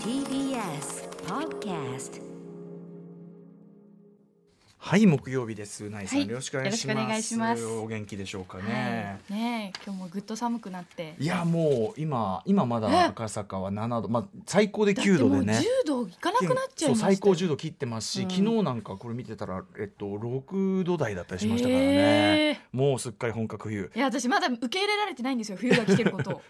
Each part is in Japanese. TBS Podcast はい木曜日ですうないさん、はいよろしくお願いしますよろしくお願いしますお元気でしょうかはね、い、ねえ今日もぐっと寒くなってい、やもう今今まねだ赤坂は7度まあ最高でだって9度でねもう10度いかなくなっちゃいそうました最高10度切ってますし、うん昨日なんかこれ見てたらえっと6度台だったりしましたからへね、えもうすっかり本格冬いや私まだ受け入れられてないんですよ冬が来てること を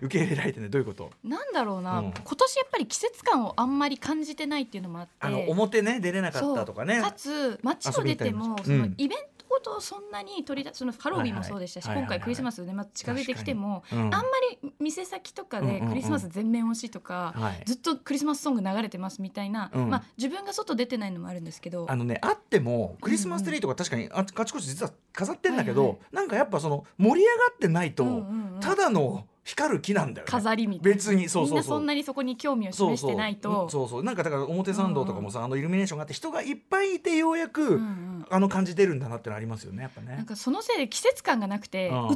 受け入れられてねどういうことなんだろうな、うん今年やっぱり季節感をあんまり感じてないっていうのもあってあの表ね出れなかったとかねかつ街を出ても遊びに行ったそりものうんイベントごとそんなに取り出そのハロウィンもそうでしたし、はいはい今回クリスマスね、まあ、近づいてきても、うんあんまり店先とかうんうでんうんクリスマス全面推しとか、はいずっとクリスマスソング流れてますみたいな、うんまあ自分が外出てないのもあるんですけどあのねあってもクリスマスツリーとか確かにああちこち実は飾ってんだけど、はいはなんかやっぱその盛り上がってないと、うんうんうんただの光る木なんだよね飾りみたいな別にそみんうそうなそそんうなにそこに興味をそう示そしうてないとうんそうそうなんかだから表参道とかもさ、あのイルミネーションがあって人がいっぱいいてようやく、うんうんあの感じ出るんだなってのありますよねやっぱなんねかそのせいで季節感がなくて移りうん変わ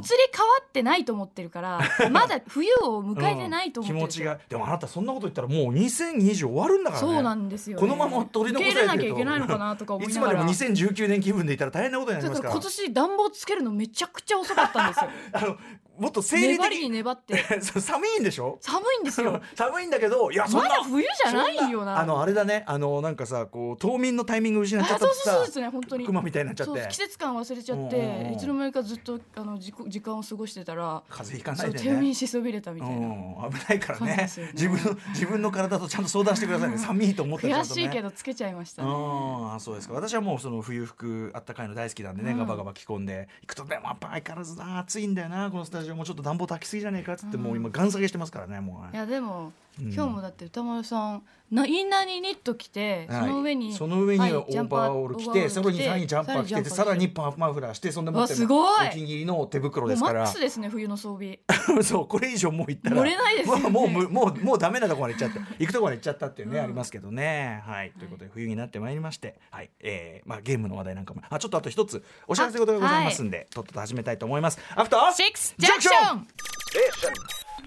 ってないと思ってるから まだ冬を迎えてないと思ってるうん気持ちがでもあなたそんなこと言ったらもう2020終わるんだからねそうなんですよねこのまま取り残されて受け入れるとなきゃいけないのかなとか思いいつなまがでもら2019年気分でいたら大変なことになちりょっまとすから今年暖房つけるのめちゃくちゃ遅かったんですよあのもっと 生理粘り的にに粘って そう寒いんでしょ寒いんです よ寒いんだけどいやそんまなだ冬じゃないよなあのあれだねあのなんかさこう冬眠のタイミング失っあちゃったそうってそうそうさですね本当に熊みたいになっちゃっそうて季節感忘れちゃっうんうんうんていつの間にかずっとあのじこ時間を過ごしてたら風邪ひかなそいうで低ね迷しそびれたみたいな、うん、危ないからそうなんねですよね自分の自分の体とちゃんと相談してくださいね寒いと思ったらちゃ悔んとしねいけどつけちゃいましたねうんあそうですか私はもうその冬服あったかいの大好きなんでね、うんガバガバ着込んで行くとでもやっぱ相変わらずな暑いんだよなこのスタジオもちょっと暖房炊きすぎじゃねえかっつって、うんもう今ガン下げしてますからねもういやでも、うん今日もだって歌丸さんなインナーにニット着て、その上にその上にはいオーバーオール着て、ジャさンらパにさらにジャンパー着ててさらにパーマフラーしてそんでもってうわすごいお気に入りの手袋もでうすマかックらスですね冬の装 備そうこれ以上もう行ったら乗れないですよねまあもうむもうもうダメなとこまで行っちゃって 行くとこまで行っちゃったっていうね、うんありますけどねはいということで冬になってまいりましてはい、えー、まあゲームの話題なんかもあちょっとあと一つお知らせ事がございますんで、とっとと始めたいと思いますアフターシックスジャンクション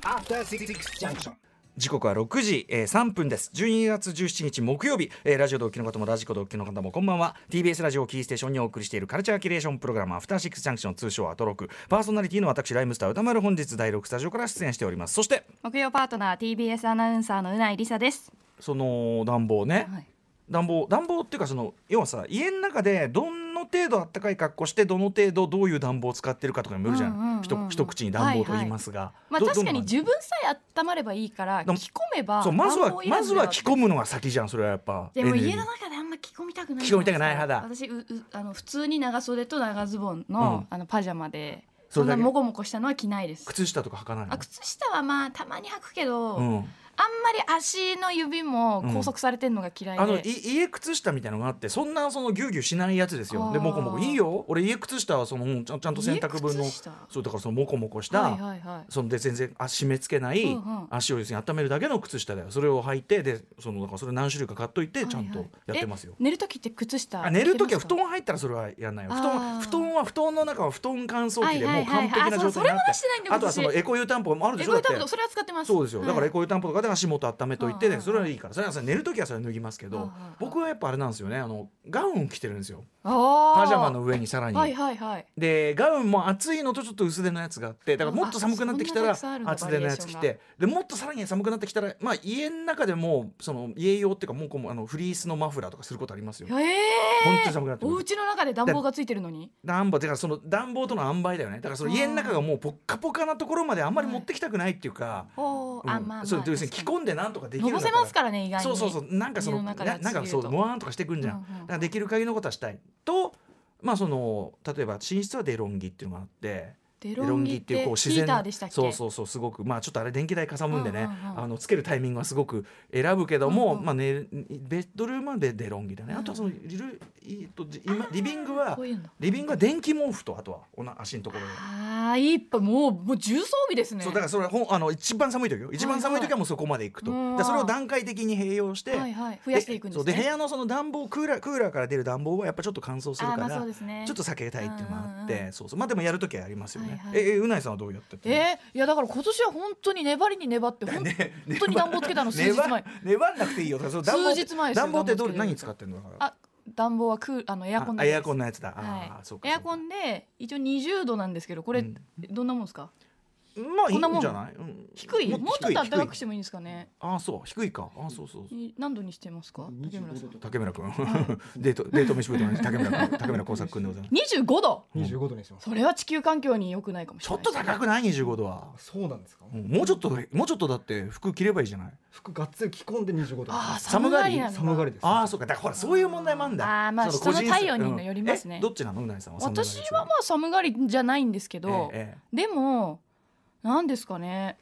After Six Junction. 時刻は6時、えー、3分です12月17日木曜日、えー、ラジオ同期の方もラジコ同期の方もこんばんは TBS ラジオをキーステーションにお送りしているカルチャーキュレーションプログラムアフターシックスジャンクション通称アトロクパーソナリティの私ライムスター歌丸本日第6スタジオから出演しておりますそして木曜パートナー TBS アナウンサーのうないりさです、その暖房ね、はい、暖房暖房っていうかその要はさ家の中でどの程度あったかい格好してどの程度どういう暖房を使ってるかとかにもよるじゃうん,、んうんうんうんひと一口に暖房と言いますが、まあど確かどんなに感じ自分さえ温まればいいからでも着込めばそうまずは暖房いらまずずだは着込むのが先じゃんそれはやっぱでもエネルギ家ーの中であんま着込みたくない着込みたくない派だ私ううあの普通に長袖と長ズボンの,、あのパジャマでそそんれなだけもこもこしたのは着ないです靴下とか履かないのあ靴下はまあたまに履くけど、うあんまん、り足の指も拘束されてるのが嫌いで、あのい家靴下みたいなのがあってそんなそのギュウギュウしないやつですよであーモコモコいいよ俺家靴下はそのもうちゃんちゃんと洗濯分の家靴下そうだからそのモコモコした、はいはいはいそので全然足締め付けない、うんうん足を要するに温めるだけの靴下だよそれを履いてでそのだからそれ何種類か買っといてちゃんとやってますよ。え寝る時って靴下あ寝る時は布着て団入ったらそれはやんないよ布あー団布団は布団の中は布団乾燥機ではいもはういはい完璧な状態になあそっうそれも出してないんてだあとはその私エコ湯たんぽもあるでますしかょだエコ湯たってんぽそれは使ってますそうですよだからエはいコ湯たんぽとかで足元温めといて、うんうんうんそれはいいからそれはさ寝る時はそれは脱ぎますけど、うんうんうん僕はやっぱあれなんですよねあのガウン着てるんですよあーパジャマの上にさらに。はいはいはいでガウンも厚いのとちょっと薄手のやつがあってだからもっと寒くなってきたあらそんなたくさんあるんだ厚手のやつ着バリエーてでもっとさらに寒くなってきたら、まあ、家の中でもその家用っていうかもうこうあのフリースのマフラーとかすることありますよえ。ー、本当に寒くなってくるお家の中で暖房がついてるのに暖房だからその暖房との塩梅だよねだからその家の中がもうポッカポカなところまであんまり持ってきたくないっていうか。おーあうんまあまあそう要するに着確か込んでなんとかできにるんだのぼせますからね意外にそうそうそうなんかその家のな中でなんか熱すぎるそうともわーんとかしてくんじゃん,、うんうんうんだからできる限りのことはしたいとまあその例えば寝室はデロンギっていうのがあってデデロンギってロンギこう自自然然ヒーターでしたっけそうそうそうすごくまあちょっとあれ電気代かさむんでね、うんうんうんあのつけるタイミングはすごく選ぶけども、うんうんまあねベッドルームはデデロンギだね、あとはそのリルいとじ今リビングはこういうのリビングは電気毛布とあとはおな足のところに。あーいっぱいもうもう重装備ですねそうだからそれはほんあの一番寒い時よ一番寒い時はもうそこまで行くと、うんでそれを段階的に併用して、はいはい増やしていくんですそうねで部屋のその暖房クーラークーラーから出る暖房はやっぱちょっと乾燥するあかーまら、あそうですねちょっと避けたいっていうのがあって、うんうんうそうそうまあでもやる時はやりますよね、はいねはいええうないさんはどうやってえーいやだから今年は本当に粘りに粘って本 本当に暖房つけたの数日前粘んなくていいよだからその暖房数日前ですよ暖房ってどれ暖房つけて何使ってんのだからあ暖房はクールあのエアコンあだけエでアすコンのやつだあはーそうかそうかい、エアコンで一応20度なんですけどこれ、うんどんなもんですかまあいいこんなもんんじゃないうん低いもうちょっと暖かくしてももいいんですかね低い低いあーそう低いかあーそうそうそうに何度にしてますか竹村さん竹村君 デートデート飯食いと同じ竹村君竹村耕作君でございます25度25度にします。それは地球環境に良くないかもしちれょなっいと高くない25度はあそうなんですか。うんもうちょっともうちょっとだって服着ればいいじゃない服がっつり着込んで25度にしあまあす。寒がりなんだ寒がりです。ああそうかだからほらそういう問題もあんだあーまあそ人のの個人差体温によりますねうんえどっちなのうないさんは私はまあ寒がりじゃないんですけど、ええでも何ですかね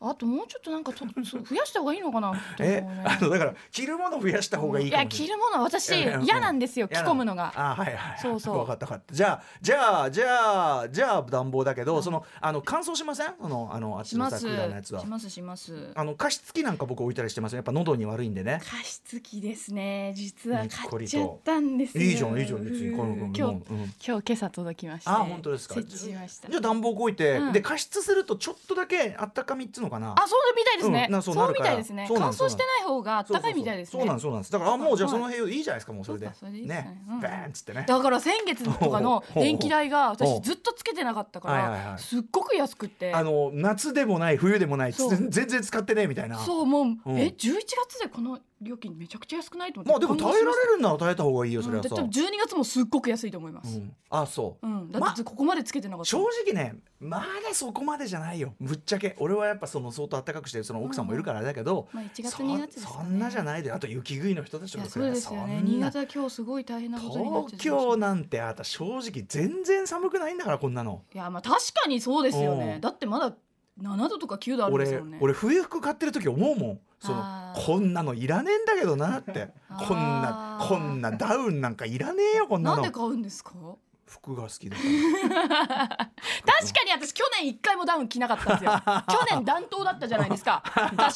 あともうちょっとなんかとそう増やした方がいいのかなえええあのだから着るもの増やした方がいいいかもやしれない着るものは私いやいや嫌なんですよ着嫌な込むのがあーはいはいそうそう分かった分かったじゃあじゃあじゃあじゃあ暖房だけど、そのあの乾燥しませんそのあのあっしちのまさすクーラーのやつはしますしますあの加湿器なんか僕置いたりしてますよやっぱ喉に悪いんでね加湿器ですね実にはっこ買っりちゃとったんですよいいじゃんいいじゃん別にこの今子日今うん日今朝届きましたあ本当ですか設置しましたじゃあ暖房置いて、うんで加湿するとちょっとだけあったかみっつのかなあそうみたいですね、うんなそそううなるかみらたいですねそうな乾んです燥してない方があったかいみたいですねそうなんですそうなんですだからあもうじゃあその辺いいじゃないですかもうそれでそうかそれでいいですかねねうんバーンっつってねだから先月とかの電気代がほうほう私ずっとつけてなかったかはいはいはらいすっごく安くってあの夏でもない冬でもないそう全然使ってねえみたいなそうもううんえ11月でこの料金めちゃくちゃ安くないと思ってまあでも耐えられるんなら耐えた方がいいよそれうんはでさ、多分12月もすっごく安いと思いまうすん、あそう、うんだってここまでつけてなかった正直ねまだそこまでじゃないよぶっちゃけ俺はやっぱその相当暖かくしてその奥さんもいるからあれだけど、まあ1月そ2月ですかねそんなじゃないであと雪食いの人たちいもやそうですよね新潟は今日すごい大変なことになっちゃ東ってました京なんてあた正直全然寒くないんだからこんなの。いやまあ確かにそうですよねうんだってまだ7度とか9度あるんです俺よね俺冬服買ってる時思うもんそのあーこんなのいらねえんだけどなってあーこんなこんなダウンなんかいらねえよこんななんので買うんですか服が好きだ から確かに私去年一回もダウン着なかったん ですよ去年暖冬だったじゃないですか確 か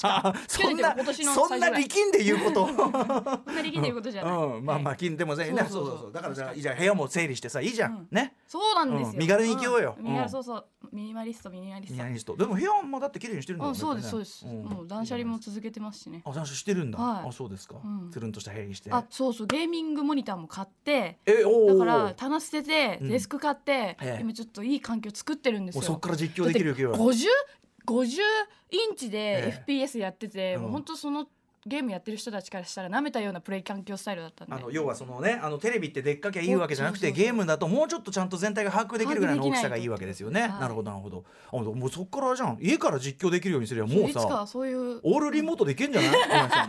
そ去年とんないうか今年のそんな最初ぐらい力んで言 うことそんな力んでいうことじゃない、うん、まあまあ金でも全員ねはいそそううそそううそうそうだからじゃあいいじゃん部屋も整理してさいいじゃん、うんねそうなんですよ、うん身軽に生きようよん身軽うんそうそうミニマリストミニマリスミトヤニストでも部屋もだって綺麗にしてるんだうよんねそうですそうやっでぱす、ねんもう断捨離も続けてますしねあ断捨離してるんだ、はいあそうですか、うんつるんとした部屋にしてあそうそうゲーミングモニターも買ってえおだーから棚捨ててうんデスク買って、ええ今ちょっといい環境作ってるんですもようそっから実況できるよ今日は 50, 50インチえで FPS やってて、うんもう本当そのゲームやってる人たちからしたら舐めたようなプレイ環境スタイルだったんであの要はそのねあのテレビってでっかきゃいいわけじゃなくそてうそうそうゲームだともうちょっとちゃんと全体が把握できるぐらいの大きさ把が握できないいいわけですよね、はいなるほどなるほどあもうそっからじゃん家から実況できるようにすればもいうつかさはそういうオールリモートでいけんじ ゃないお前さん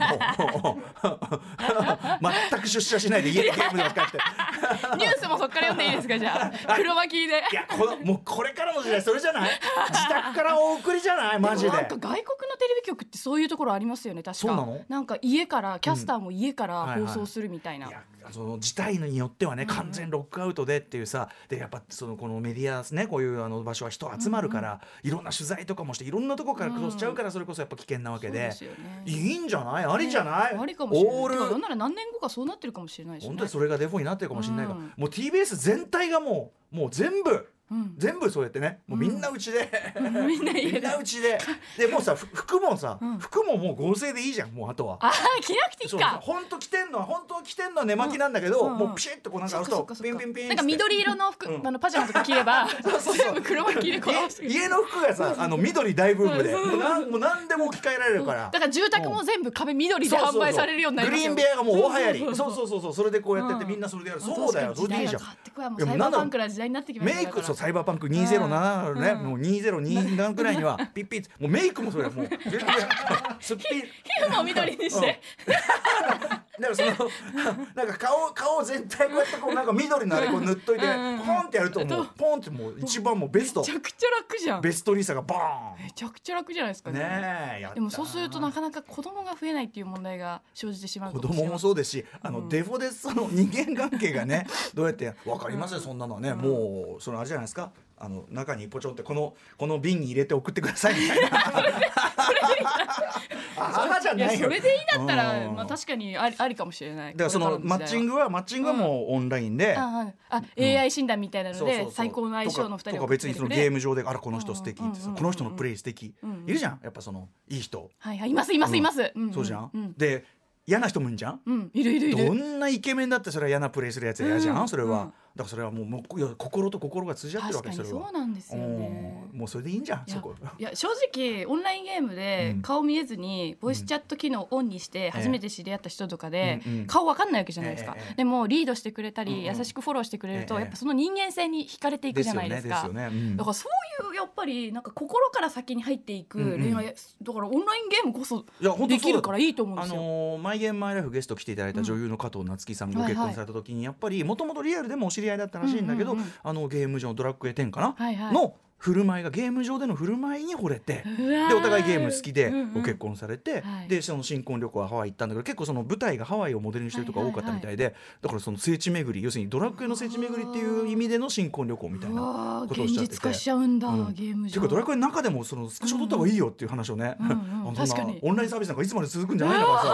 もう 全く出社しないで家でゲームばっかりやってニュースもそっから読んでいいですかじゃ あ黒巻きでいやこのもうこれからの時代それじゃない自宅からお送りじゃないマジでなんか外国のテレビ局ってそういうところありますよね確かそうなのんか家からキャスターも家からはいはい放送するみたいな、いやその事態によってはね完全ロックアウトでっていうさでやっぱそのこのメディアですねこういうあの場所は人集まるから、いろんな取材とかもしていろんなとこからクロスしちゃうからそれこそやっぱ危険なわけそうでで,、すよねいいんじゃないありじゃない、ねありかもしれないオールてかなんなら何年後かそうなってるかもしれないし、ね、本当にそれがデフォになってるかもしれないから、うんもう TBS 全体がもうもう全部 うん全部そうやってねもうみんなう ちで、みんなみ家んなだうちででもうさふ服もさ、うん服ももう合成でいいじゃんもうあとは。あー着なくていいそうそうか本当着てんのは本当は着てんのは寝巻きなんだけど、うんうんうんもうピシッとこうなんかあるそっとかそっピかンピンピンっつってなんか緑色の服、うんあのパジャマとか着ればそう全部黒巻きでこの家家の服がさあの緑大ブームでもうなんもう何でも置き換えられるから。だから住宅も全部壁緑でそうそうそ販う売されるようになりグまリすーよンベアがもう大流行りそそうそううそうそうそうそれでこうやってってうんみんなそれでやる、まあそうだよ確そかれでいにいじ時代はゃん変わってくわもういやサイバーパンクな時代になってきましたメよイクそだうかサイバーパンク207ね、うんもう2020何くらいにはピッピッもうメイクもそれもう 全然すっぴんら皮膚も緑にして、なんかその なんか顔顔全体こうやってこうなんか緑のあれこう塗っといてポうんうんうんンってやるともうポンってもう一番もうベストめちゃくちゃ楽じゃんベストリーサがバめちゃくちゃ楽じゃないですーかンねねえやったでもそうするとなかなか子供が増えないっていう問題が生じてしまう子かもしれ供なもいそうですしあの、デフォでその人間関係 がねどうやって分かりますよそんなのはね、もうそのあれじゃないですかあの中にポチョンっ てこのこの瓶に入れて送ってくださいみたいな。あ母じゃゃいなやいそよれでいいんだったら、うんまあ、確かにありありかもしれないだからそのマッチンググはマッチングはもうオンラインで、あ、はい、あ AI 診断みたいなので、そうそうそう最高の相性の2人とかとをか別にそのゲームム上であらこの人素敵ってうんうんうんさうんこの人のプレイ素敵うんうんいるじゃんやっぱそのいい人はいはいいますいますいます、うんそうじゃうんん、で嫌な人もいるじゃんうん、いるいるいるどんなイケメンだってそれは嫌なプレイするやつは嫌じゃうんんそれうんはだからそれはもうもういや心と心が通じ合ってるわ確けかそにれそうはなんですよねうんもうそれでいいんじゃんいやそこいや正直オンラインゲームでうん顔見えずにボイスチャット機能をオンにして初めて知り合った人とかでうんうん顔わかんないわけじゃないですかええええでもリードしてくれたうんりうん優しくフォローしてくれるえとえやっぱその人間性に惹かれていくでじすゃなよいでねすですかよねうんだからそういうやっぱりなんか心から先に入っていく恋愛だからオンラインゲームこそいや本当そうだできるからいいと思うんあですよ。のーマイゲームマイライフゲスト来ていただいた女優の加藤夏樹さんがごはい結は婚いされた時にやっぱりもともとリアルでもお知り合いだったらしいんだけど、うんうんうんあのゲーム上のドラッグエ10かな、はいはいの振る舞いがゲーム上での振る舞いに惚れて。ででお互いゲーム好きでうんうんご結婚されて、はいでその新婚旅行はハワイ行ったんだけど結構その舞台がハワイをモデルにしてるとか多かったみたいで、だからその聖地巡り要するにドラッグへの聖地巡りっていう意味での新婚旅行みたいうな。わーことをおっしゃ現ってて実化しちゃうんだ、うんゲームて上いうかドラクエの中でもそのスクショ撮った方がいいよっていう話をね、うんうんあの確そかんなにオンラインサービスなんかいつまで続くんじゃないんだからさつ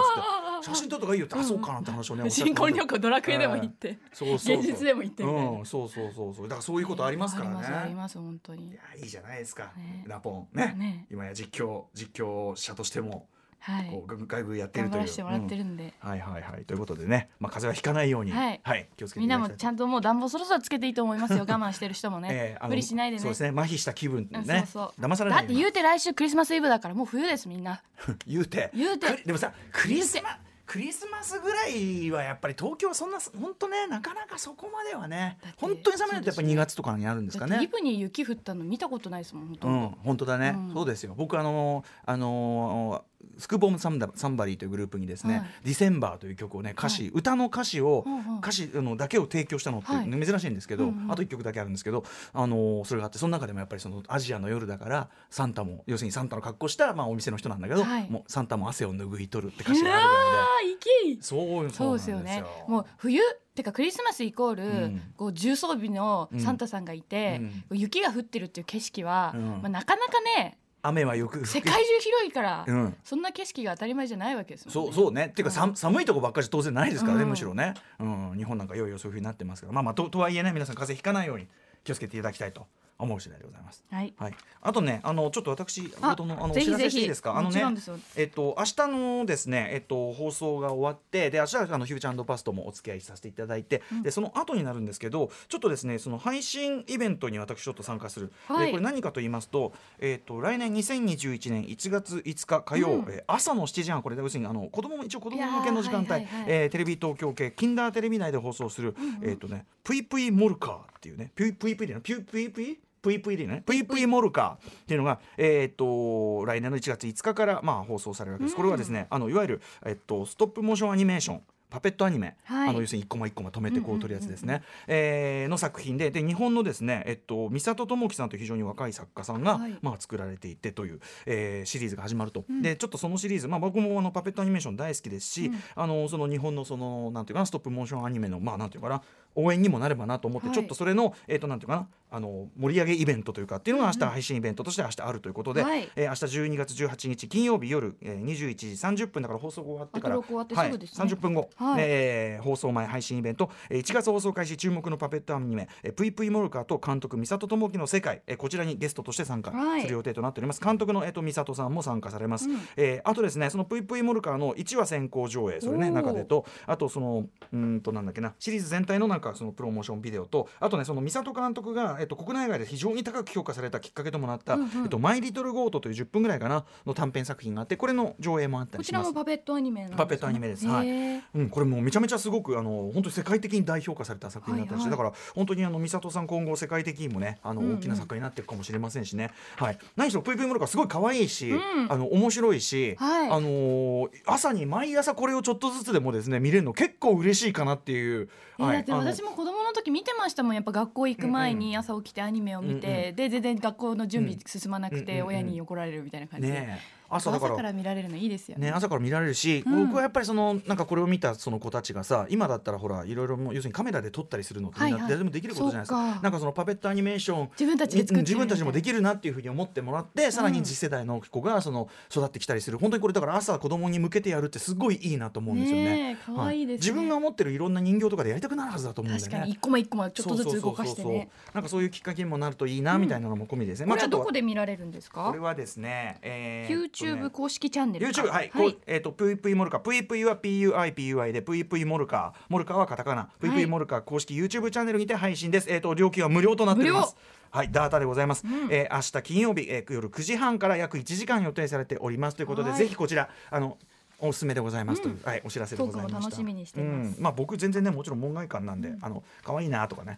って写真撮った方がいいよって、あそうかなって話をねおっしゃって新たん婚です旅よ行ドラクエでも行って、そう そうそう現実でも行ってみたいなうん、そうそうそうそうだからそういうことありますからね、ありますあります本当にいやいいじゃないですか、ねラポンねね今や実況実況者としても、はいこう外外部やってる頑と張いうらせてもらってるんで、うんはいはいはいということでね、まあ、風邪はひかないように、はい気をつけてみいんたなだきもたいちゃんともう暖房そろそろつけていいと思い ますよ我慢してる人もねえ、ーあの無理しないでねそうですね麻痺した気分うねんそうそう騙されだないっようてに言うて来週クリスマスイブだからもう冬ですみんな 言うて言うてくでもさクリスマクリスマスぐらいはやっぱり東京はそんな本当ねなかなかそこまではねだって本当に寒いのってやっぱ2月とかになるんですだかっねてイブに雪降ったの見たことないですもん本当、うん、本当だね、うんそうですよ僕あのあのスクーボームサンダサンバリーというグループにですねは「いディセンバー」という曲をね歌詞、歌の歌詞を、うんうん歌詞あのだけを提供したのって、はい珍しいんですけど、うんうんあと1曲だけあるんですけどあのそれがあってその中でもやっぱりそのアジアの夜だからサンタも要するにサンタの格好した、まあ、お店の人なんだけど、はいもうサンタも汗を拭い取るって歌詞うがわあるぐらいで。ー行きそうそうですよねもう冬ってかクリスマスイコール、うんこう重装備のサンタさんがいて、うんこう雪が降ってるっていう景色は、うんまあ、なかなか ね雨はよく世界中広いから、うんそんな景色が当たり前じゃないわけですもんそね。うそうねっていうか、さん寒いとこばっかりじゃ当然ないですからね、うんむしろね、うん、日本なんかいよいよそういうふうになってますからまあまあととはいえね皆さん風邪ひかないように気をつけていただきたいと思う次第でございます。はい。はい、あとねあのちょっと私冒頭のあのぜお知ひらぜせしていひいですかあのもちねろんですよ。えっと明日のですねえっと放送が終わってで明日はあのフューチャーパストもお付き合いさせていただいて、でその後になるんですけどちょっとですねその配信イベントに私ちょっと参加する、はいでこれ何かと言いますとえっと来年2021年1月5日火曜、えー朝の7時半これ要するにあの子供も一応子供向けの時間帯、いやーはいはいはいえーテレビ東京系キンダーテレビ内で放送する、えっとねプイプイモルカーっていうねプイプイプイでねピュプイプイプイプイでね、プイプイモルカーっていうのが、えー、と来年の1月5日から、まあ、放送されるわけです。これはですねあのいわゆる、えっとストップモーションアニメーションパペットアニメ、はいあの要するに一コマ一コマ止めてこう取るやつですね、えーの作品でで日本のですね、えっと、三里智樹さんという非常に若い作家さんが、はいまあ、作られていてという、えーシリーズが始まると、でちょっとそのシリーズ、まあ、僕もあのパペットアニメーション大好きですし、あのその日本のそのなんていうかなストップモーションアニメのまあなんていうかな応援にもなればなと思って、はいちょっとそれの、えー、となんていうかなあの盛り上げイベントというかっていうのが明日配信イベントとして明日あるということで、はいえー明日12月18日金曜日夜、えー、21時30分だから放送終わってからあと録終わってすぐですねはい、30分後、はいえー放送前配信イベント、えー1月放送開始注目のパペットアニメ「えープイプイモルカー」と監督三里智樹の世界、えーこちらにゲストとして参加はいする予定となっております、監督の、えー、と三里さんも参加されます、えーあとですねその「プイプイモルカー」の1話先行上映それねおー中でとあとそのうーんとなんだっけなシリーズ全体のなんかそのプロモーションビデオとあとねその三里監督が、えっと、国内外で非常に高く評価されたきっかけともなった「えっと、マイ・リトル・ゴート」という10分ぐらいかなの短編作品があってこれの上映もあったこりしちらますもパペットアニメなんですねパペットアニメですはいへーうん、これもうめちゃめちゃすごくあの本当に世界的に大評価された作品だったりして、はいはだから本当にあの美里さん今後世界的にもねあのうんうん大きな作家になっていくかもしれませんしね、はい、何しろ「ぷいぷいもろか」すごい可愛いし、あの面白いし、はいあのー朝に毎朝これをちょっとずつでもですね見れるの結構嬉しいかなっていう。えーはいだって私も子供の時見てましたもんやっぱ学校行く前に朝起きてアニメを見て、で全然学校の準備進まなくてうんうんうん親に怒られるみたいなあ感のじで、ねえ朝だ朝か。からら見られるのいいですよねね、朝から見られるし、うん僕はやっぱりそのなんかこれを見たその子たちがさ今だったらほらいろいろもう要するにカメラで撮ったりするのってみんなはいはい誰でもできることじゃないですか,、そうかなんかそのパペットアニメーション自分たちで作ってるみた自いな分たちでもできるなっていうふうに思ってもらってさらに次世代の子がその育ってきたりする本当にこれだから朝子供に向けてやるってすごいいいなと思うんですよね。ねえ可愛いですねは自分が持ってるいろんな人形とかでやりたくなるはずだと思うんだよ確かにね一。個も一個もちょっとずつ動かしてそうそうそうねそうなんかそういうきっかけにもなるといいなみたいなのも込みでですね。これちょはっとどこで見られるんですこかれはですね、えーっとね YouTube 公式チャンネルか YouTube はい、こうえっ、とプイプイモルカプイプイは PUIPUI でプイプイモルカモルカはカタカナプイプイモルカ公式 YouTube チャンネルにて配信ですえっ、と料金は無料となっておりますはいダータでございます、えー明日金曜日、えー夜9時半から約1時間予定されておりますということではいぜひこちらあのおすすめでございますという、はいお知らせでございましたトークも楽しみにしていますうん、まあ僕全然ねもちろん門外漢なんで、あの可愛いなとかね、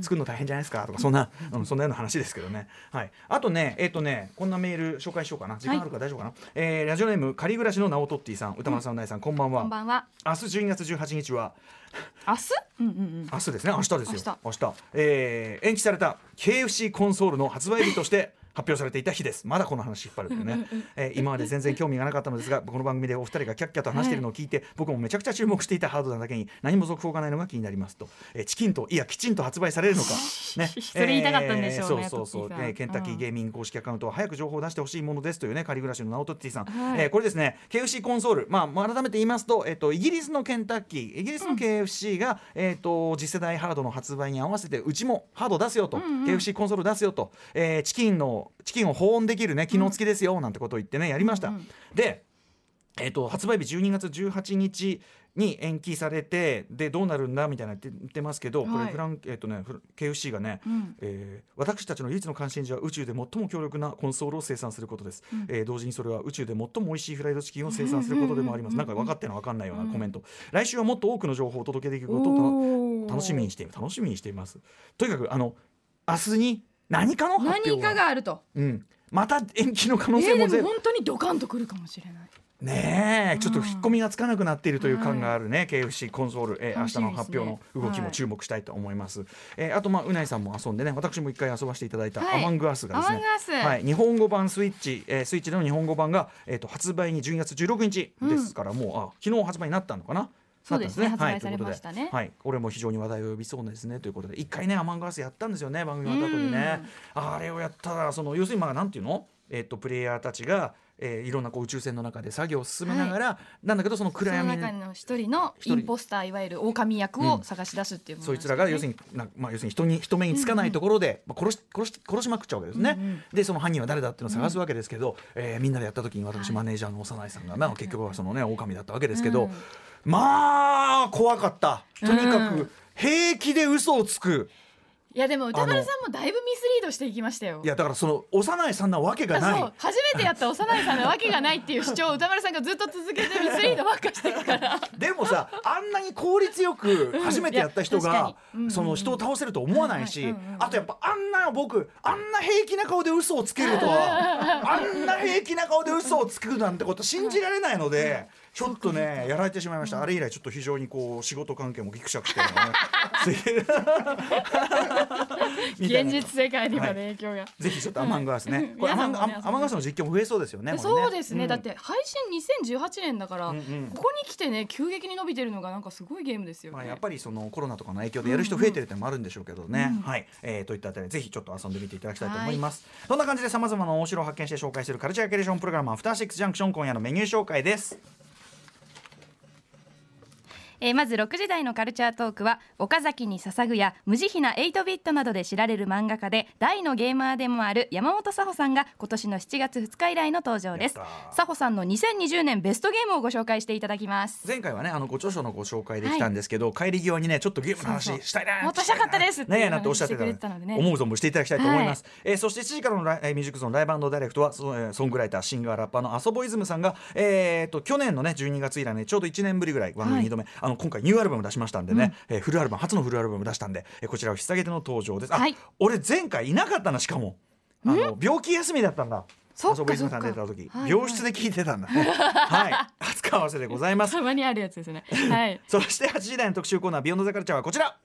作るの大変じゃないですかとかそんな、うん、そんなような話ですけどね。はい。あとねえっ、とねこんなメール紹介しようかな時間あるから大丈夫かな、えーラジオネーム仮暮らしのナオトッティさん歌丸さん、うないさんこんばんは。こんばんは明日12月18日は明日うんうんうん明日ですね明日です明よ日明日えー延期された KFC コンソールの発売日として 発表されていた日ですまだこの話引っ張るんだよね、えー今まで全然興味がなかったのですがこの番組でお二人がキャッキャと話しているのを聞いて、僕もめちゃくちゃ注目していたハードなだけに何も続報がないのが気になりますと、えーチキンといやきちんと発売されるのか、ね、 それ言いたかったんでしょうねえーそうそうそう、トッティさんえーケンタッキーうんゲーミング公式アカウントは早く情報を出してほしいものですというね仮暮らしのナオトッティさん、えーこれですね KFC コンソール、まあ、まあ改めて言いますと,、えっとイギリスのケンタッキーイギリスの KFC が、えっと次世代ハードの発売に合わせてうちもハード出すよと、KFC コンソール出すよと、えーチキンのチキンを保温できるね機能付きですよ、なんてことを言ってねやりました。でえっと発売日12月18日に延期されてでどうなるんだみたいな言って言ってますけど、こはれいフラン、えっとね、フラ KFC がね、んえー私たちの唯一の関心事は宇宙で最も強力なコンソールを生産することです、えー同時にそれは宇宙で最も美味しいフライドチキンを生産することでもあります、なんか分かってるの分かんないようなコメント、来週はもっと多くの情報をお届けできることをた楽しみにしています楽しみにしていますとにかくあの明日に何かの発表何かがあるとうん、また延期の可え能性もーで全も本当にドカンとくるかもしれないねえちょっと引っ込みがつかなくなっているという感があるね、KFC コンソール、えー明楽日しみのですね発表の動きも注目したいと思います、えーあとまあうないさんも遊んでね私も一回遊ばせていただいたはいアマングアスがですね、アマングアスはい、日本語版スイッチ、えースイッチでの日本語版が、えー、と発売に12月16日ですから、もうあ昨日発売になったのかなそうですねなったん発売されましたねはいということではい、これも非常に話題を呼びそうですねということで一回ねアマングアスやったんですよね番組終わった後にね、あれをやったらその要するにまあなんていうの、えっとプレイヤーたちが、えーいろんなこう宇宙船の中で作業を進めながら、なんだけどそのそ暗の闇に中の一人のインポスターいわゆる狼役を探し出すっていうものそいつらが要するにに、なまあ、要するに人に人目につかないところで、まあ、殺し殺し殺しまくっちゃうわけですね、でその犯人は誰だっていうのを探すわけですけど、えーみんなでやった時に私マネージャーの幼いさんが、まあ、結局はそのね狼だったわけですけど、まあ怖かったとにかく平気で嘘をつくいやでも歌あの丸さんもだいぶミスリードしていきましたよいやだからその幼いさんなわけがないそう。初めてやった幼いさんなわけがないっていう主張を歌丸さんがずっと続けてミスリードばっかしてる からでもさあんなに効率よく初めてやった人いやが確かにうんうんその人を倒せると思わないうんしうんうんうんあとやっぱあんな僕あんな平気な顔で嘘をつけるとはあんな平気な顔で嘘をつくなんてこと信じられないのでちょっとねやられてしまいましたあれ以来ちょっと非常にこう仕事関係もギクシ ャクしてるのねみたい現な実世界にまで影響が、ぜひちょっとアマングアスねうんこれアマン皆さんもねアマングアスの実況も増えそうですよねこれそうですね、んだって配信2018年だから、うんうんここに来てね急激に伸びてるのがなんかすごいゲームですよね、まあ、やっぱりそのコロナとかの影響でやる人増えてるってのもあるんでしょうけどね。はい、えーといったあたりぜひちょっと遊んでみていただきたいと思います。そんな感じでさまざまな面白を発見して紹介するカルチャーキュレーションプログラム「アフターシックスジャンクション」今夜のメニュー紹介です。えーまず6時台のカルチャートークは岡崎に捧ぐや無慈悲な8ビットなどで知られる漫画家で大のゲーマーでもある山本佐穂さんが今年の7月2日以来の登場ですやったー佐穂さんの2020年ベストゲームをご紹介していただ きます前回はねあのご著書のご紹介できたんですけど、帰り際にねちょっとゲームの話そうそうしたいなもっとしたかったですっていうねなんておっしゃってたので話してくれてたのでね思う存分していただきたいと思います、えーそして7時からのライ、えーミュージックゾーンライブダイレクトはそのえーソングライターシンガーラッパーのアソボイズムさんが、えー、と去年のね12月以来ねちょうど1年ぶりぐらい番組2度目、あの今回ニューアルバム出しましたんでね、えーフルアルバム初のフルアルバム出したんで、えーこちらを引っ提げての登場ですあ、はい俺前回いなかったなしかもあの病気休みだったんだそっかアソボイズムさんそ出っかた時、はいはい病室で聞いてたんだね はい初顔合わせでございますたまにあるやつですねはいそして8時台の特集コーナー「ビヨンドザカルチャーはこちら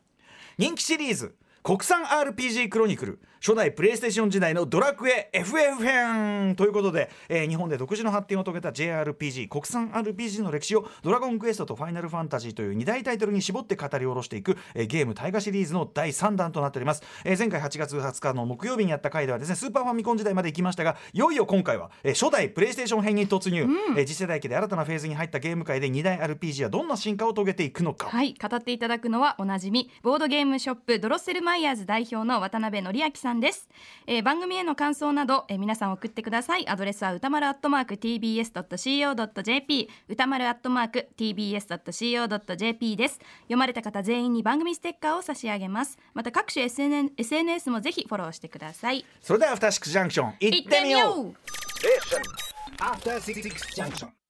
人気シリーズ「国産 RPG クロニクル初代プレイステーション時代のドラクエ FF 編ということで、えー日本で独自の発展を遂げた JRPG 国産 RPG の歴史をドラゴンクエストとファイナルファンタジーという2大タイトルに絞って語り下ろしていく、えーゲーム大河シリーズの第3弾となっております、えー前回8月20日の木曜日にやった回ではですねスーパーファミコン時代まで行きましたがいよいよ今回は、えー初代プレイステーション編に突入、えー次世代機で新たなフェーズに入ったゲーム界で2大 RPG はどんな進化を遂げていくのか、はい語っていただくのはおなじみボードゲームショップドロッセルマイヤーズ代表の渡辺則明さんです、えー番組への感想など、えー皆さん送ってくださいアドレスは歌丸アットマーク tbs.co.jp 歌丸アットマーク tbs.co.jp です読まれた方全員に番組ステッカーを差し上げますまた各種 SN SNS もぜひフォローしてくださいそれでは「アフターシックスジャンクション」行ってみようう Station. After Six Junction.